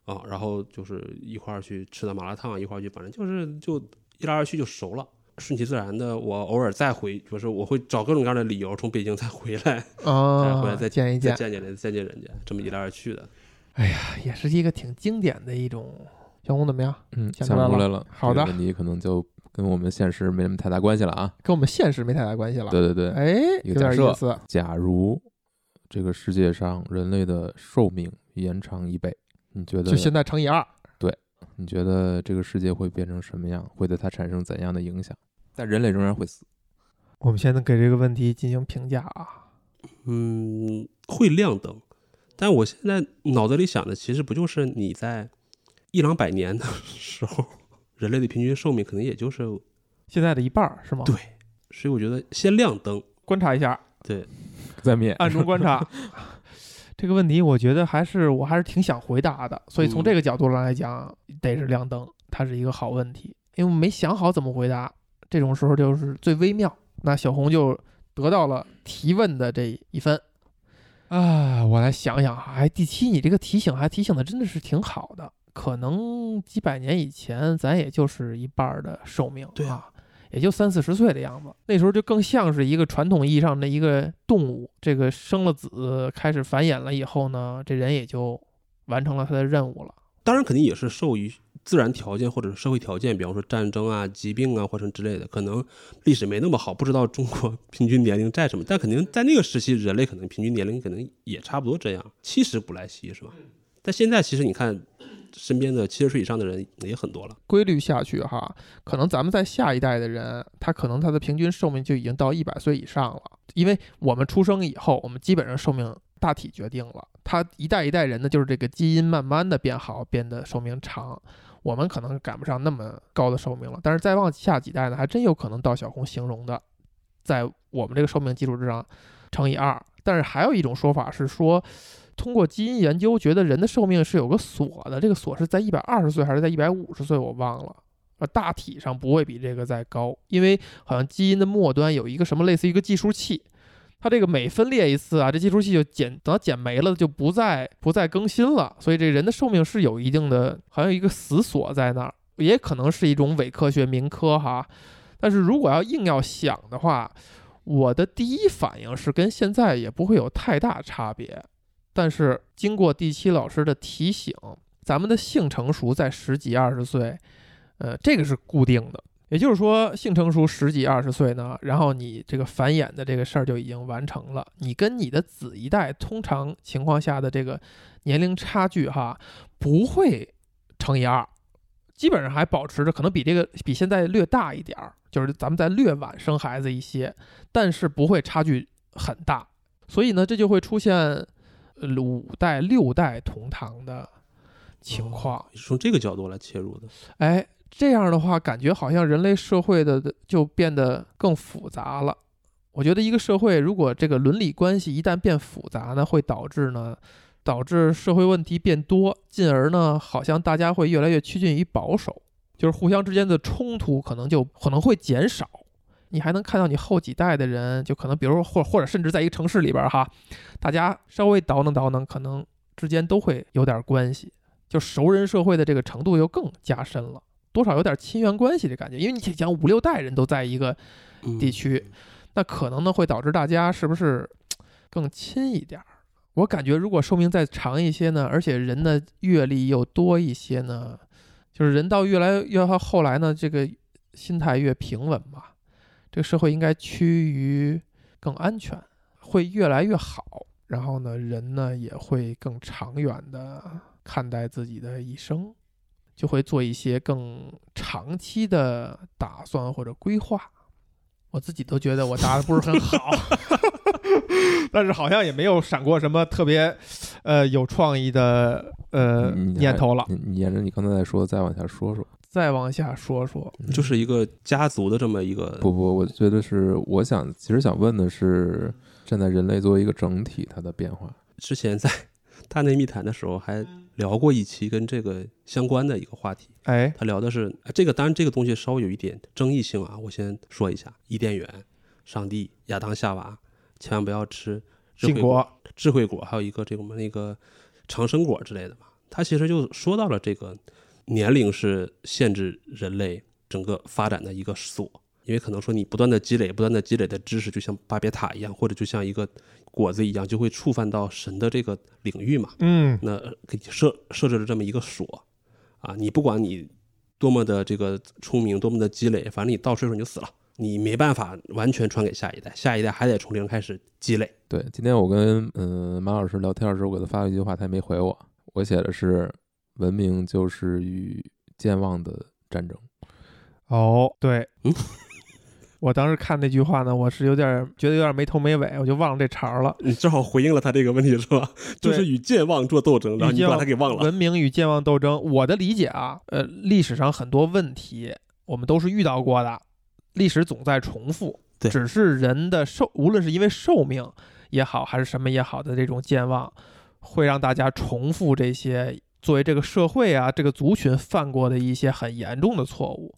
A: 啊。然后就是一块儿去吃的麻辣烫，一块儿去，反正就是就一来二去就熟了。顺其自然的，我偶尔再回，就是我会找各种各样的理由从北京再回来，
B: 啊，
A: 回来再
B: 见一
A: 再
B: 见，
A: 见见人，再见人家，这么一来二去的。
B: 也是一个挺经典的一种。小红怎么样？
C: 嗯，
B: 想
C: 想
B: 出来
C: 出
B: 了
C: 来了。
B: 好的
C: 这个问题可能就跟我们现实没什么太大关系了啊。
B: 跟我们现实没太大关系了。
C: 对对对，
B: 哎，有
C: 一个假
B: 点
C: 设
B: 意思。
C: 假如这个世界上人类的寿命延长一倍，你觉得
B: 就现在乘以二，
C: 你觉得这个世界会变成什么样？会对它产生怎样的影响？但人类仍然会死。
B: 我们现在给这个问题进行评价啊。
A: 嗯，会亮灯，但我现在脑子里想的其实不就是你在一两百年的 时候，人类的平均寿命可能也就是，
B: 现在的一半儿是吗？
A: 对所以我觉得先亮灯，
B: 观察一下，
A: 对，
C: 再灭，
B: 暗中观 察这个问题，我觉得还是我还是挺想回答的。所以从
A: 嗯
B: 这个角度上来讲，得是亮灯，它是一个好问题，因为我没想好怎么回答。这种时候就是最微妙。那小红就得到了提问的这一分。啊，我来想想啊，哎，第七，你这个提醒还提醒的真的是挺好的。可能几百年以前，咱也就是一半儿的寿命，
A: 对啊
B: 啊，也就三四十岁的样子。那时候就更像是一个传统意义上的一个动物，这个生了子，开始繁衍了以后呢，这人也就完成了他的任务了。
A: 当然肯定也是受于自然条件或者是社会条件，比方说战争啊、疾病啊或者之类的，可能历史没那么好，不知道中国 平均年龄在什么，但肯定在那个时期，人类可能平均年龄可能也差不多这样，七十不来稀是吧？但现在其实你看，身边的七十岁以上的人也很多了。
B: 规律下去哈，可能咱们在下一代的人，他可能他的平均寿命就已经到一百岁以上了，因为我们出生以后，我们基本上寿命大体决定了，他一代一代人呢，就是这个基因慢慢的变好，变得寿命长。我们可能赶不上那么高的寿命了，但是再往下几代呢，还真有可能到小红形容的，在我们这个寿命基础之上乘以二。但是还有一种说法是说，通过基因研究，觉得人的寿命是有个锁的，这个锁是在一百二十岁还是在一百五十岁，我忘了。呃，大体上不会比这个再高，因为好像基因的末端有一个什么类似于一个计数器，它这个每分裂一次啊，这计数器就减，等它减没了就不再不再更新了，所以这人的寿命是有一定的，好像有一个死锁在那儿，也可能是一种伪科学民科哈。但是如果要硬要想的话，我的第一反应是跟现在也不会有太大差别，但是经过第七老师的提醒，咱们的性成熟在十几二十岁，呃，这个是固定的。也就是说，性成熟十几二十岁呢，然后你这个繁衍的这个事儿就已经完成了。你跟你的子一代，通常情况下的这个年龄差距哈，不会乘以二，基本上还保持着，可能比这个比现在略大一点儿，就是咱们再略晚生孩子一些，但是不会差距很大。所以呢，这就会出现呃五代六代同堂的情况。
A: 是从这个角度来切入的。
B: 哎，这样的话，感觉好像人类社会的的就变得更复杂了。我觉得一个社会如果这个伦理关系一旦变复杂呢，会导致呢，导致社会问题变多，进而呢，好像大家会越来越趋近于保守，就是互相之间的冲突可能就可能会减少。你还能看到你后几代的人，就可能比如说或或者甚至在一个城市里边儿哈，大家稍微倒腾倒腾，可能之间都会有点关系。就熟人社会的这个程度又更加深了。多少有点亲缘关系的感觉，因为你讲五六代人都在一个地区，那可能呢会导致大家是不是嘖更亲一点儿？我感觉如果寿命再长一些呢，而且人的阅历又多一些呢，就是人到越来越到后来呢，这个心态越平稳吧，这个社会应该趋于更安全，会越来越好。然后呢，人呢也会更长远的看待自己的一生，就会做一些更长期的打算或者规划。我自己都觉得我答的不是很好， 但是好像也没有闪过什么特别，呃，有创意的呃
C: 你
B: 念头了。
C: 你你沿着你刚才在说，再往下说说。
B: 再往下说说，
A: 嗯就是一个家族的这么一个
C: 不不，我觉得是我想，其实想问的是，站在人类作为一个整体，它的变化。
A: 之前在大内密谈的时候还聊过一期跟这个相关的一个话题，
B: 哎，
A: 他聊的是啊这个，当然这个东西稍微有一点争议性啊，我先说一下：伊甸园、上帝、亚当夏娃，千万不要吃智
B: 晋
A: 慧果、
B: 国，
A: 智慧果，还有一个这个我们那个长生果之类的嘛。他其实就说到了这个年龄是限制人类整个发展的一个锁，因为可能说你不断的积累、不断的积累的知识，就像巴别塔一样，或者就像一个果子一样，就会触犯到神的这个领域嘛。
B: 嗯，
A: 那给你设设置了这么一个锁啊，你不管你多么的这个聪明，多么的积累，反正你到岁数你就死了，你没办法完全传给下一代，下一代还得从零开始积累。
C: 对，今天我跟嗯、马老师聊天的时候，我给他发了一句话，他也没回我。我写的是“文明就是与健忘的战争
B: 哦，对
A: 嗯，
B: 我当时看那句话呢，我是有点儿觉得有点没头没尾，我就忘了这茬儿了。
A: 你正好回应了他这个问题是吧？
B: 对
A: 就是与健忘做斗争，然后
B: 与
A: 你
B: 健
A: 把
B: 忘
A: 他给忘了。
B: 文明与健忘斗争，我的理解啊，呃，历史上很多问题我们都是遇到过的，历史总在重复，
A: 对
B: 只是人的寿，无论是因为寿命也好，还是什么也好的这种健忘，会让大家重复这些作为这个社会啊、这个族群犯过的一些很严重的错误。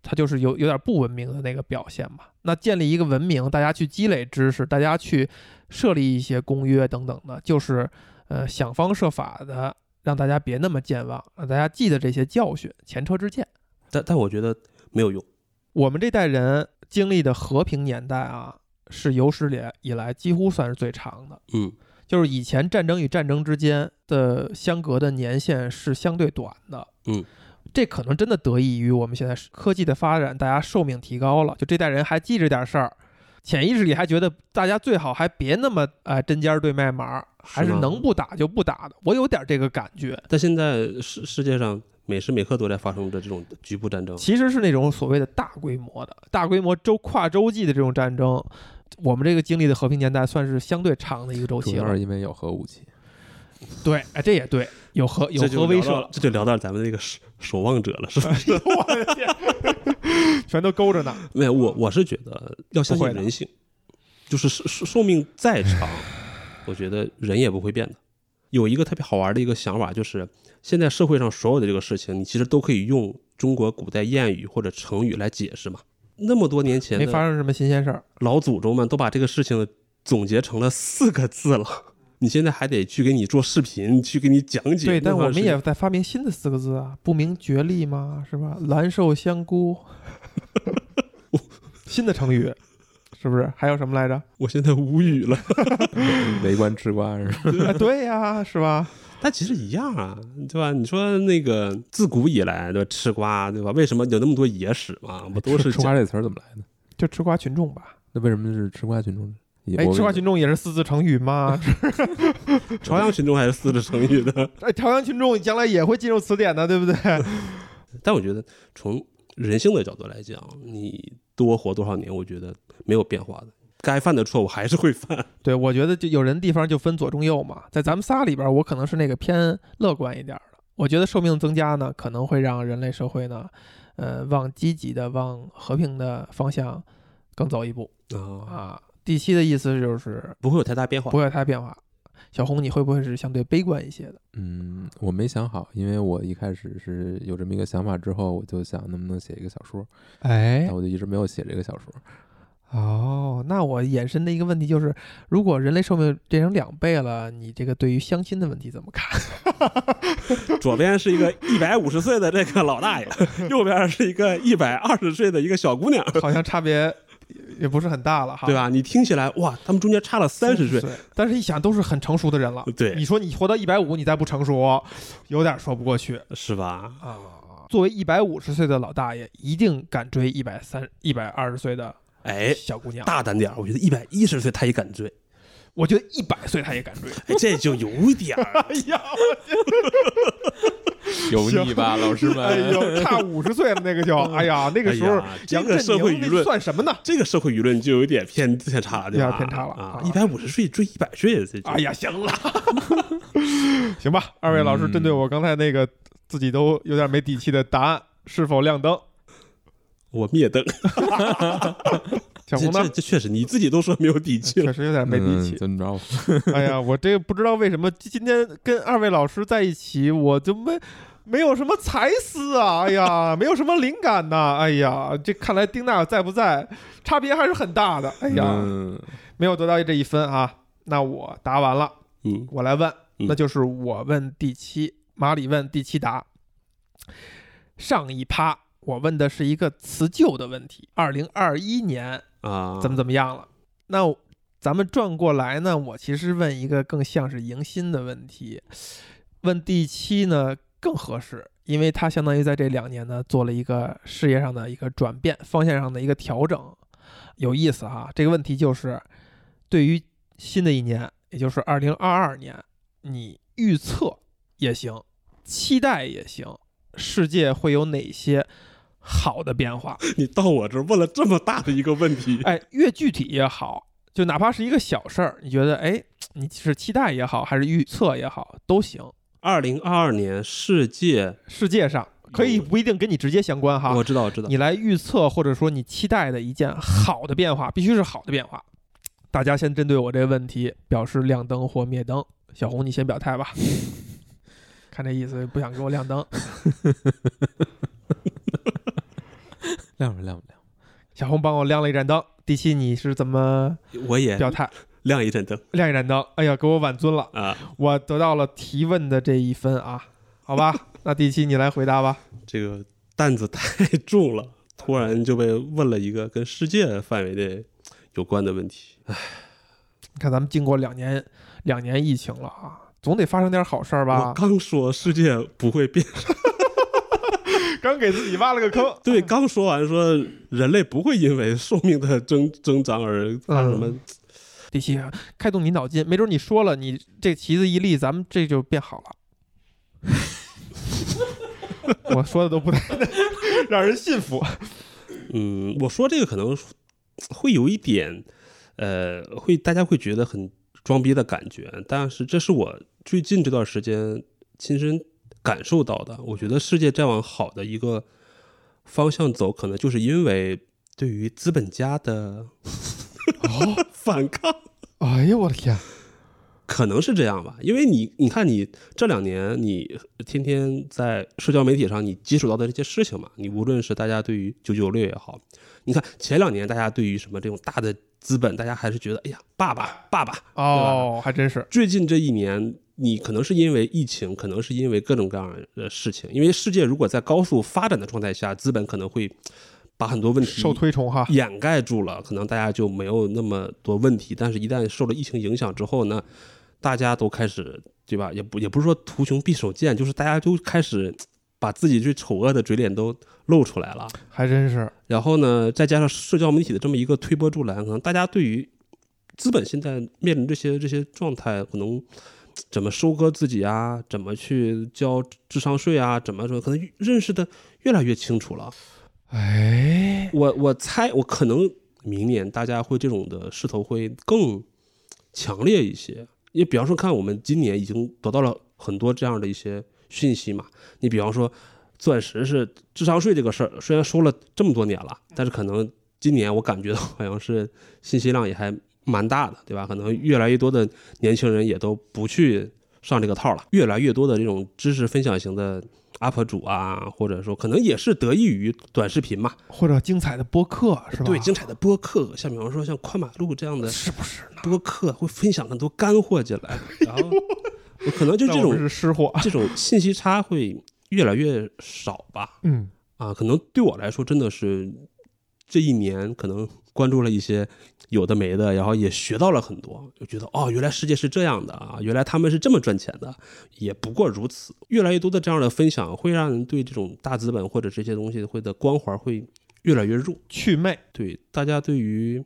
B: 它就是有有点不文明的那个表现嘛。那建立一个文明，大家去积累知识，大家去设立一些公约等等的，就是呃想方设法的让大家别那么健忘，让大家记得这些教训，前车之鉴。
A: 但但我觉得没有用。
B: 我们这代人经历的和平年代啊，是有史以来以来几乎算是最长的。
A: 嗯，
B: 就是以前战争与战争之间的相隔的年限是相对短的。
A: 嗯，
B: 这可能真的得益于我们现在是科技的发展，大家寿命提高了，就这代人还记着点事儿。潜意识里还觉得大家最好还别那么呃针尖儿对麦芒儿，还
A: 是
B: 是
A: 吗
B: 能不打就不打的。我有点这个感觉，
A: 但现在世世界上每时每刻都在发生着这种局部战争。
B: 其实是那种所谓的大规模的、大规模周跨洲际的这种战争，我们这个经历的和平年代算是相对长的一个”，周
C: 主
B: 期
C: 要
B: 了
C: 是。因为有核武器。
B: 对，哎，这也对，有核有
A: 这就
B: 核威
A: 聊到
B: 慑，
A: 这就聊到咱们这个守守望者了，是 吧？
B: 全都勾着呢。
A: 没有，我我是觉得要相
B: 不
A: 信
B: 会的
A: 人性，就是寿寿寿命再长，我觉得人也不会变的。有一个特别好玩的一个想法，就是现在社会上所有的这个事情，你其实都可以用中国古代谚语或者成语来解释嘛。那么多年前
B: 没发
A: 的
B: 生什么新鲜事儿，
A: 老祖宗们都把这个事情总结成了四个字了， 你现在还得去给你做视频，去给你讲解。
B: 对，但
A: 那会儿
B: 我们
A: 是
B: 也在发明新的四个字啊，不明觉厉嘛，是吧？蓝瘦香菇， 新的成语，是不是？还有什么来 着？
A: 我现在无语了。
C: 围观吃瓜是吧？
B: 啊对呀、是吧？
A: 但其实一样啊，对吧？你说那个自古以来，对吧？吃瓜，对吧？为什么有那么多野史 嘛？不都是
C: 吃瓜这词儿怎么来的？
B: 就吃瓜群众吧。那
C: 那为什么是吃瓜群众呢？也
B: 哎，
C: 我
B: 吃瓜群众也是四字成语吗？
A: 朝阳群众还是四字成语的？
B: 哎，朝阳群众将来也会进入词典的，对不对？
A: 但我觉得从人性的角度来讲，你多活多少年，我觉得没有变化的。该犯的错误还是会犯，
B: 对，我觉得就有人地方就分左中右嘛，在咱们仨里边儿，我可能是那个偏乐观一点儿的。我觉得寿命增加呢，可能会让人类社会呢，呃，往积极的、往和平的方向更走一步
A: 啊，
B: 啊。第七的意思就是
A: 不会有太大变化
B: 不。会有太大变化。小红，你会不会是相对悲观一些的？
C: 嗯，我没想好，因为我一开始是有这么一个想法之后，我就想能不能写一个小说，
B: 哎
C: 但我就一直没有写这个小说。
B: 哦，那我衍生的一个问题就是，如果人类寿命变成两倍了，你这个对于相亲的问题怎么看？
A: 左边是一个一百五十岁的这个老大爷，右边是一个一百二十岁的一个小姑娘，
B: 好像差别也也不是很大了哈，
A: 对？吧？你听起来哇，他们中间差了三十岁，
B: 岁，但是一想都是很成熟的人了。你
A: 对，
B: 说你活到一百五，你再不成熟，有点说不过去
A: 是吧？
B: 啊。作为一百五十岁的老大爷，一定敢追一百三、一百二十岁的
A: 哎，
B: 小姑娘。
A: 大胆点儿，我觉得一百一十岁他也敢追，
B: 我觉得一百岁他也敢 追。
A: 哎，这就有点儿
B: 哎呀，
C: 油腻吧，老 师们？
B: 哎呦，差五十岁了那个 就，哎呀，那个时候
A: 哎呀这
B: 杨
A: 个
B: 振
A: 社会
B: 宁
A: 舆
B: 那
A: 论
B: 算什么呢？
A: 这个社会舆论就有点偏偏差了，对
B: 有
A: 吧？
B: 点偏差了
A: 啊
B: 啊！
A: 一百五十岁追一百岁，这就
B: 哎呀，行 了，行吧。二位老师
C: 嗯
B: 针对我刚才那个自己都有点没底气的答案，是否亮灯？
A: 我灭灯，这
B: 小红
A: 这
B: 呢？
A: 这确实你自己都说没有底气了
B: 确，实有点没底
C: 嗯
B: 气。
C: 怎么着？
B: 哎 呀，我这个不知道为什么今天跟二位老师在一起，我就没没有什么才思啊！哎呀，没有什么灵感呐、哎呀，这看来丁娜在不在，差别还是很大的。哎呀，
C: 嗯，
B: 没有得到这一分啊。那我答完了，
A: 嗯，
B: 我来问，
A: 嗯
B: 那就是我问第七，马里问第七答。上一趴我问的是一个辞旧的问题，二零二一年
A: 啊，
B: 怎么怎么样了？那我咱们转过来呢，我其实问一个更像是迎新的问题，问第七呢更合适，因为他相当于在这两年呢做了一个事业上的一个转变，方向上的一个调整，有意思哈。这个问题就是，对于新的一年，也就是二零二二年，你预测也行，期待也行，世界会有哪些好的变化？
A: 你到我这儿问了这么大的一个问题，
B: 哎，越具体也好，就哪怕是一个小事儿，你觉得哎，你是期待也好，还是预测也好，都行。
A: 二零二二年世界，
B: 世界上可以不一定跟你直接相关哈
A: 我，知道，我知道，
B: 你来预测或者说你期待的一件好的变化，必须是好的变化。大家先针对我这个问题表示亮灯或灭灯。小红，你先表态 吧。看这意思，不想给我亮灯。
C: 亮吧亮吧亮吧。
B: 小红帮我亮了一盏灯。第七，你是怎么
A: 我也
B: 表态？
A: 亮一盏灯
B: 亮一盏灯。哎呀，给我挽尊了。
A: 啊！
B: 我得到了提问的这一分啊，好 吧，那第七你来回答吧。
A: 这个担子太 重了，突然就被问了一个跟世界范围内有关的问题。
B: 你看咱们经过两年两年疫情了啊，总得发生点好事儿
A: 我
B: 吧？
A: 刚说世界不会变，，
B: 刚给自己挖了个坑
A: 对，刚说完说人类不会因为寿命的增增长而发生什么。
B: 第七，开动你脑筋，没准你说了，你这旗子一立，咱们这就变好了。 我说的都不太 让人信服。
A: 嗯，我说这个可能会有一点，呃，会大家会觉得很装逼的感觉，但是这是我最近这段时间亲身感受到的。我觉得世界再往好的一个方向走，可能就是因为对于资本家的 反抗，
B: 哎呀，我的天！
A: 可能是这样吧。因为你，你看你这两年，你天天在社交媒体上你接触到的这些事情嘛，你无论是大家对于九九六也好，你看前两年大家对于什么这种大的资本，大家还是觉得哎呀，爸爸，爸爸，
B: 哦，还真是。
A: 最近这一年，你可能是因为疫情，可能是因为各种各样的事情，因为世界如果在高速发展的状态下，资本可能会把很多问题
B: 受推崇哈，
A: 掩盖住了，可能大家就没有那么多问题。但是，一旦受了疫情影响之后呢，大家都开始对吧？也不也不是说图穷匕首见，就是大家都开始把自己最丑恶的嘴脸都露出来了。
B: 还真是。
A: 然后呢，再加上社交媒体的这么一个推波助澜，可能大家对于资本现在面临这些这些状态，可能怎么收割自己啊，怎么去交智商税啊，怎么说，可能认识的越来越清楚了。
B: 哎，
A: 我我猜，我可能明年大家会这种的势头会更强烈一些。你比方说，看我们今年已经得到了很多这样的一些讯息嘛。你比方说，钻石是智商税这个事儿，虽然说了这么多年了，但是可能今年我感觉到好像是信息量也还蛮大的，对吧？可能越来越多的年轻人也都不去上这个套了。越来越多的这种知识分享型的 UP 主啊，或者说可能也是得益于短视频嘛，
B: 或者精彩的播客是吧？
A: 对精彩的播客，像比方说像宽马路这样的
B: 是不是呢？
A: 播客，会分享很多干货进 来，然后可能就
B: 那
A: 这
B: 我
A: 种
B: 们是湿货，
A: 这种信息差会越来越少吧。
B: 嗯，
A: 啊，可能对我来说真的是这一年可能关注了一些有的没的，然后也学到了很多，就觉得哦，原来世界是这样的啊，原来他们是这么赚钱的，也不过如此。越来越多的这样的分享，会让人对这种大资本或者这些东西会的光环会越来越弱。
B: 祛魅，
A: 对大家对于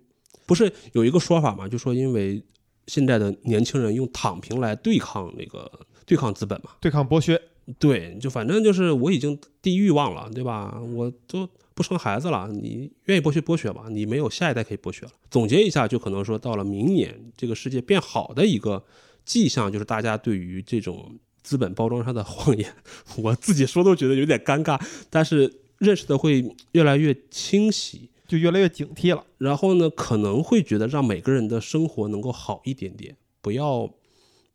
A: 不是有一个说法嘛，就说因为现在的年轻人用躺平来对抗那个对抗资本嘛。
B: 对抗剥削，
A: 对，就反正就是我已经低欲望了，对吧？我都不生孩子了，你愿意剥削剥削吧，你没有下一代可以剥削了。总结一下，就可能说到了明年，这个世界变好的一个迹象，就是大家对于这种资本包装上的谎言，我自己说都觉得有点尴尬，但是认识的会越来越清晰。
B: 就越来越警惕了。
A: 然后呢，可能会觉得让每个人的生活能够好一点点，不要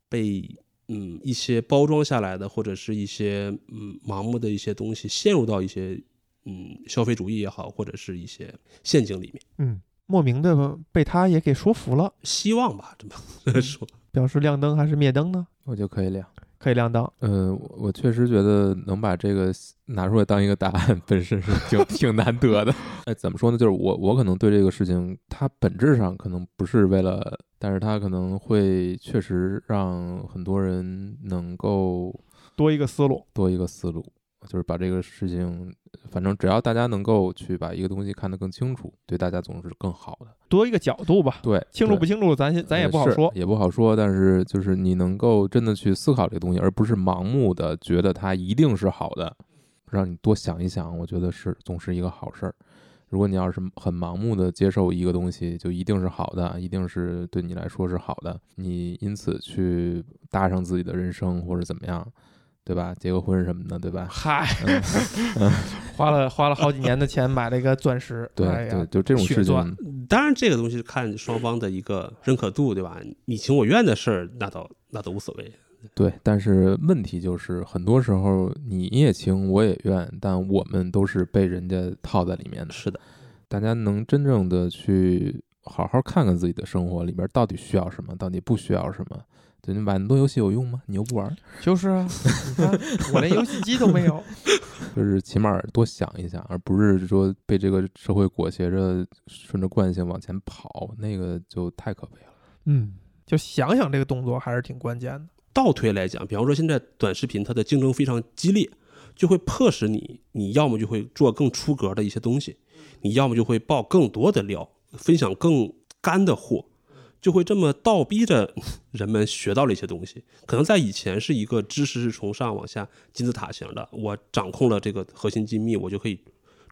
A: 被嗯一些包装下来的或者是一些嗯盲目的一些东西陷入到一些嗯消费主义也好，或者是一些陷阱里面。
B: 嗯，莫名的被他也给说服了，
A: 希望吧，这么说。
B: 表示亮灯还是灭灯呢？
C: 我就可以聊。
B: 可以亮灯，
C: 呃，我我确实觉得能把这个拿出来当一个答案，本身是挺 挺难得的。哎，怎么说呢？就是我我可能对这个事情，它本质上可能不是为了，但是它可能会确实让很多人能够
B: 多一个思路。
C: 多一个思路，就是把这个事情，反正只要大家能够去把一个东西看得更清楚，对大家总是更好的。
B: 多一个角度吧。
C: 对，
B: 清楚
C: 对
B: 不清楚，咱先咱也
C: 呃
B: 不好
C: 是
B: 说。
C: 也不好说。但是就是你能够真的去思考这个东西，而不是盲目的觉得它一定是好的，让你多想一想，我觉得是总是一个好事儿。如果你要是很盲目的接受一个东西，就一定是好的，一定是对你来说是好的，你因此去搭上自己的人生或者怎么样，对吧？结个婚什么的，对吧？嗯
B: 嗨，花了花了好几年的钱买了一个钻石，
C: 对、
B: 哎呀
C: 对，就这种
B: 血
C: 事
B: 钻
C: 情，
A: 当然，这个东西是看双方的一个认可度，对吧？你情我愿的事儿，那倒那倒无所谓。
C: 对，但是问题就是，很多时候你也情我也愿，但我们都是被人家套在里面的。
A: 是的，
C: 大家能真正的去好好看看自己的生活里边到底需要什么，到底不需要什么。对，你买那么多游戏有用吗？你又不玩儿，
B: 就是啊，你看我连游戏机都没有，
C: 就是起码多想一想，而不是说被这个社会裹挟着，顺着惯性往前跑，那个就太可悲了。
B: 嗯，就想想这个动作还是挺关键的。
A: 倒推来讲，比方说现在短视频它的竞争非常激烈，就会迫使你，你要么就会做更出格的一些东西，你要么就会爆更多的料，分享更干的货，就会这么倒逼着人们学到了一些东西。可能在以前是一个知识是从上往下金字塔型的，我掌控了这个核心机密，我就可以。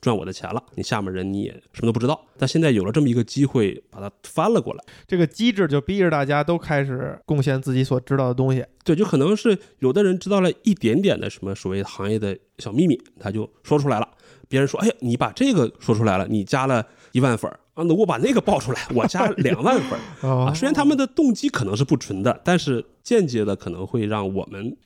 A: 赚我的钱了，你下面人你也什么都不知道。但现在有了这么一个机会，把它翻了过来。
B: 这个机制就逼着大家都开始贡献自己所知道的东西，
A: 对，就可能是有的人知道了一点点的什么所谓行业的小秘密，他就说出来了。别人说：“哎呀，你把这个说出来了，你加了一万粉儿啊！那我把那个爆出来，我加两万粉儿
B: 啊
A: 啊！”虽然他们的动机可能是不纯的，但是间接的可能会让我们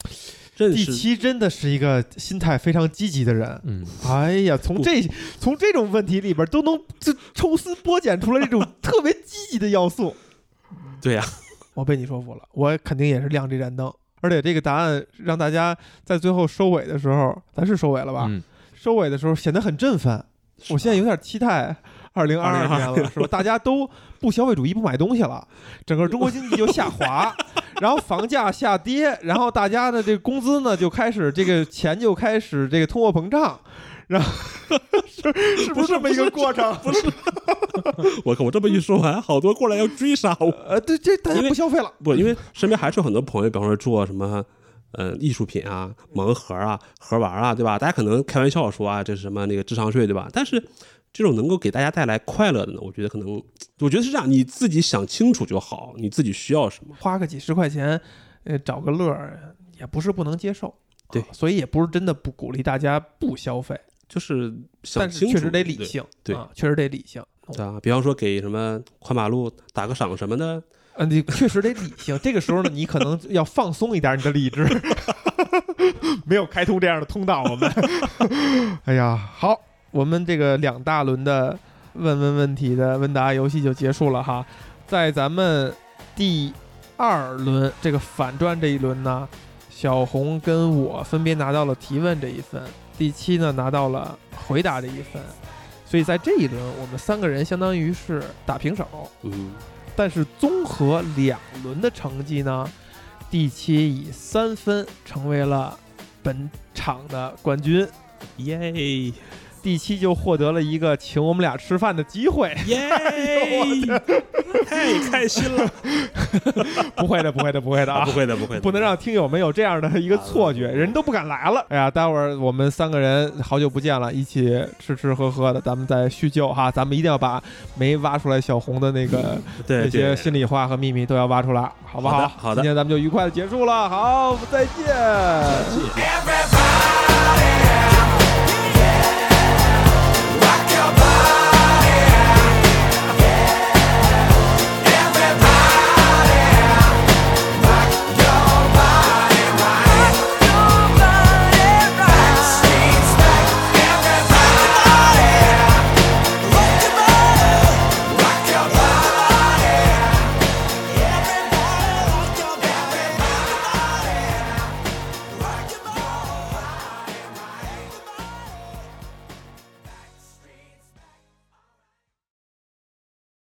A: 认
B: 第
A: 识。
B: 七真的是一个心态非常积极的人。
C: 嗯，
B: 哎呀，从
A: 不
B: 这从这种问题里边都能这抽丝剥茧出来这种特别积极的要素，
A: 对呀、
B: 我被你说服了，我肯定也是亮这盏灯。而且这个答案让大家在最后收尾的时候，咱是收尾了吧？
C: 嗯，
B: 收尾的时候显得很振奋。我现在有点期待二零二二年了，是吧？大家都不消费主义，不买东西了，整个中国经济就下滑，然后房价下跌，然后大家的这个工资呢就开始这个钱就开始这个通货膨胀，然后是是不是这么一个过程？不是，
A: 我靠！我这么一说完，好多过来要追杀我。
B: 呃，对，这大家
A: 因为
B: 不消费了，
A: 不，因为身边还是有很多朋友，比方说做什么。呃，艺术品啊，盲盒啊，盒玩啊，对吧？大家可能开玩笑说啊，这是什么那个智商税，对吧？但是这种能够给大家带来快乐的呢，我觉得可能，我觉得是这样，你自己想清楚就好，你自己需要什么。
B: 花个几十块钱，呃，找个乐儿也不是不能接受。
A: 对
B: 啊所以也不是真的不鼓励大家不消费，
A: 就是想
B: 但是
A: 清楚，
B: 确实得理
A: 对
B: 性，
A: 对
B: 啊，确实得理性。
A: 对啊，比方说给什么宽马路打个赏什么的，
B: 啊，你确实得理性。这个时候呢，你可能要放松一点你的理智， 没有开通这样的通道。我们，哎呀，好，我们这个两大轮的问问问题的问答游戏就结束了哈。在咱们第二轮这个反转这一轮呢，小红跟我分别拿到了提问这一分，第七呢拿到了回答这一分，所以在这一轮我们三个人相当于是打平手。
A: 嗯，
B: 但是综合两轮的成绩呢，第七以三分成为了本场的冠军，
A: 耶
B: 第七就获得了一个请我们俩吃饭的机会。
A: 耶，太开心了！
B: 不会的，不会的，不会 的
A: 啊，
B: 啊
A: 不！会的，不会的，
B: 不能让听友们有这样的一个错觉，人都不敢来啊了。哎呀，待会儿我们三个人好久不见了，一起吃吃喝喝的，咱们再叙旧哈。咱们一定要把没挖出来小红的那个
A: 对
B: 那些
A: 对
B: 心里话和秘密都要挖出来，好不好？
A: 好的好的
B: 今天咱们就愉快的结束了，好，再见。
D: Everybody.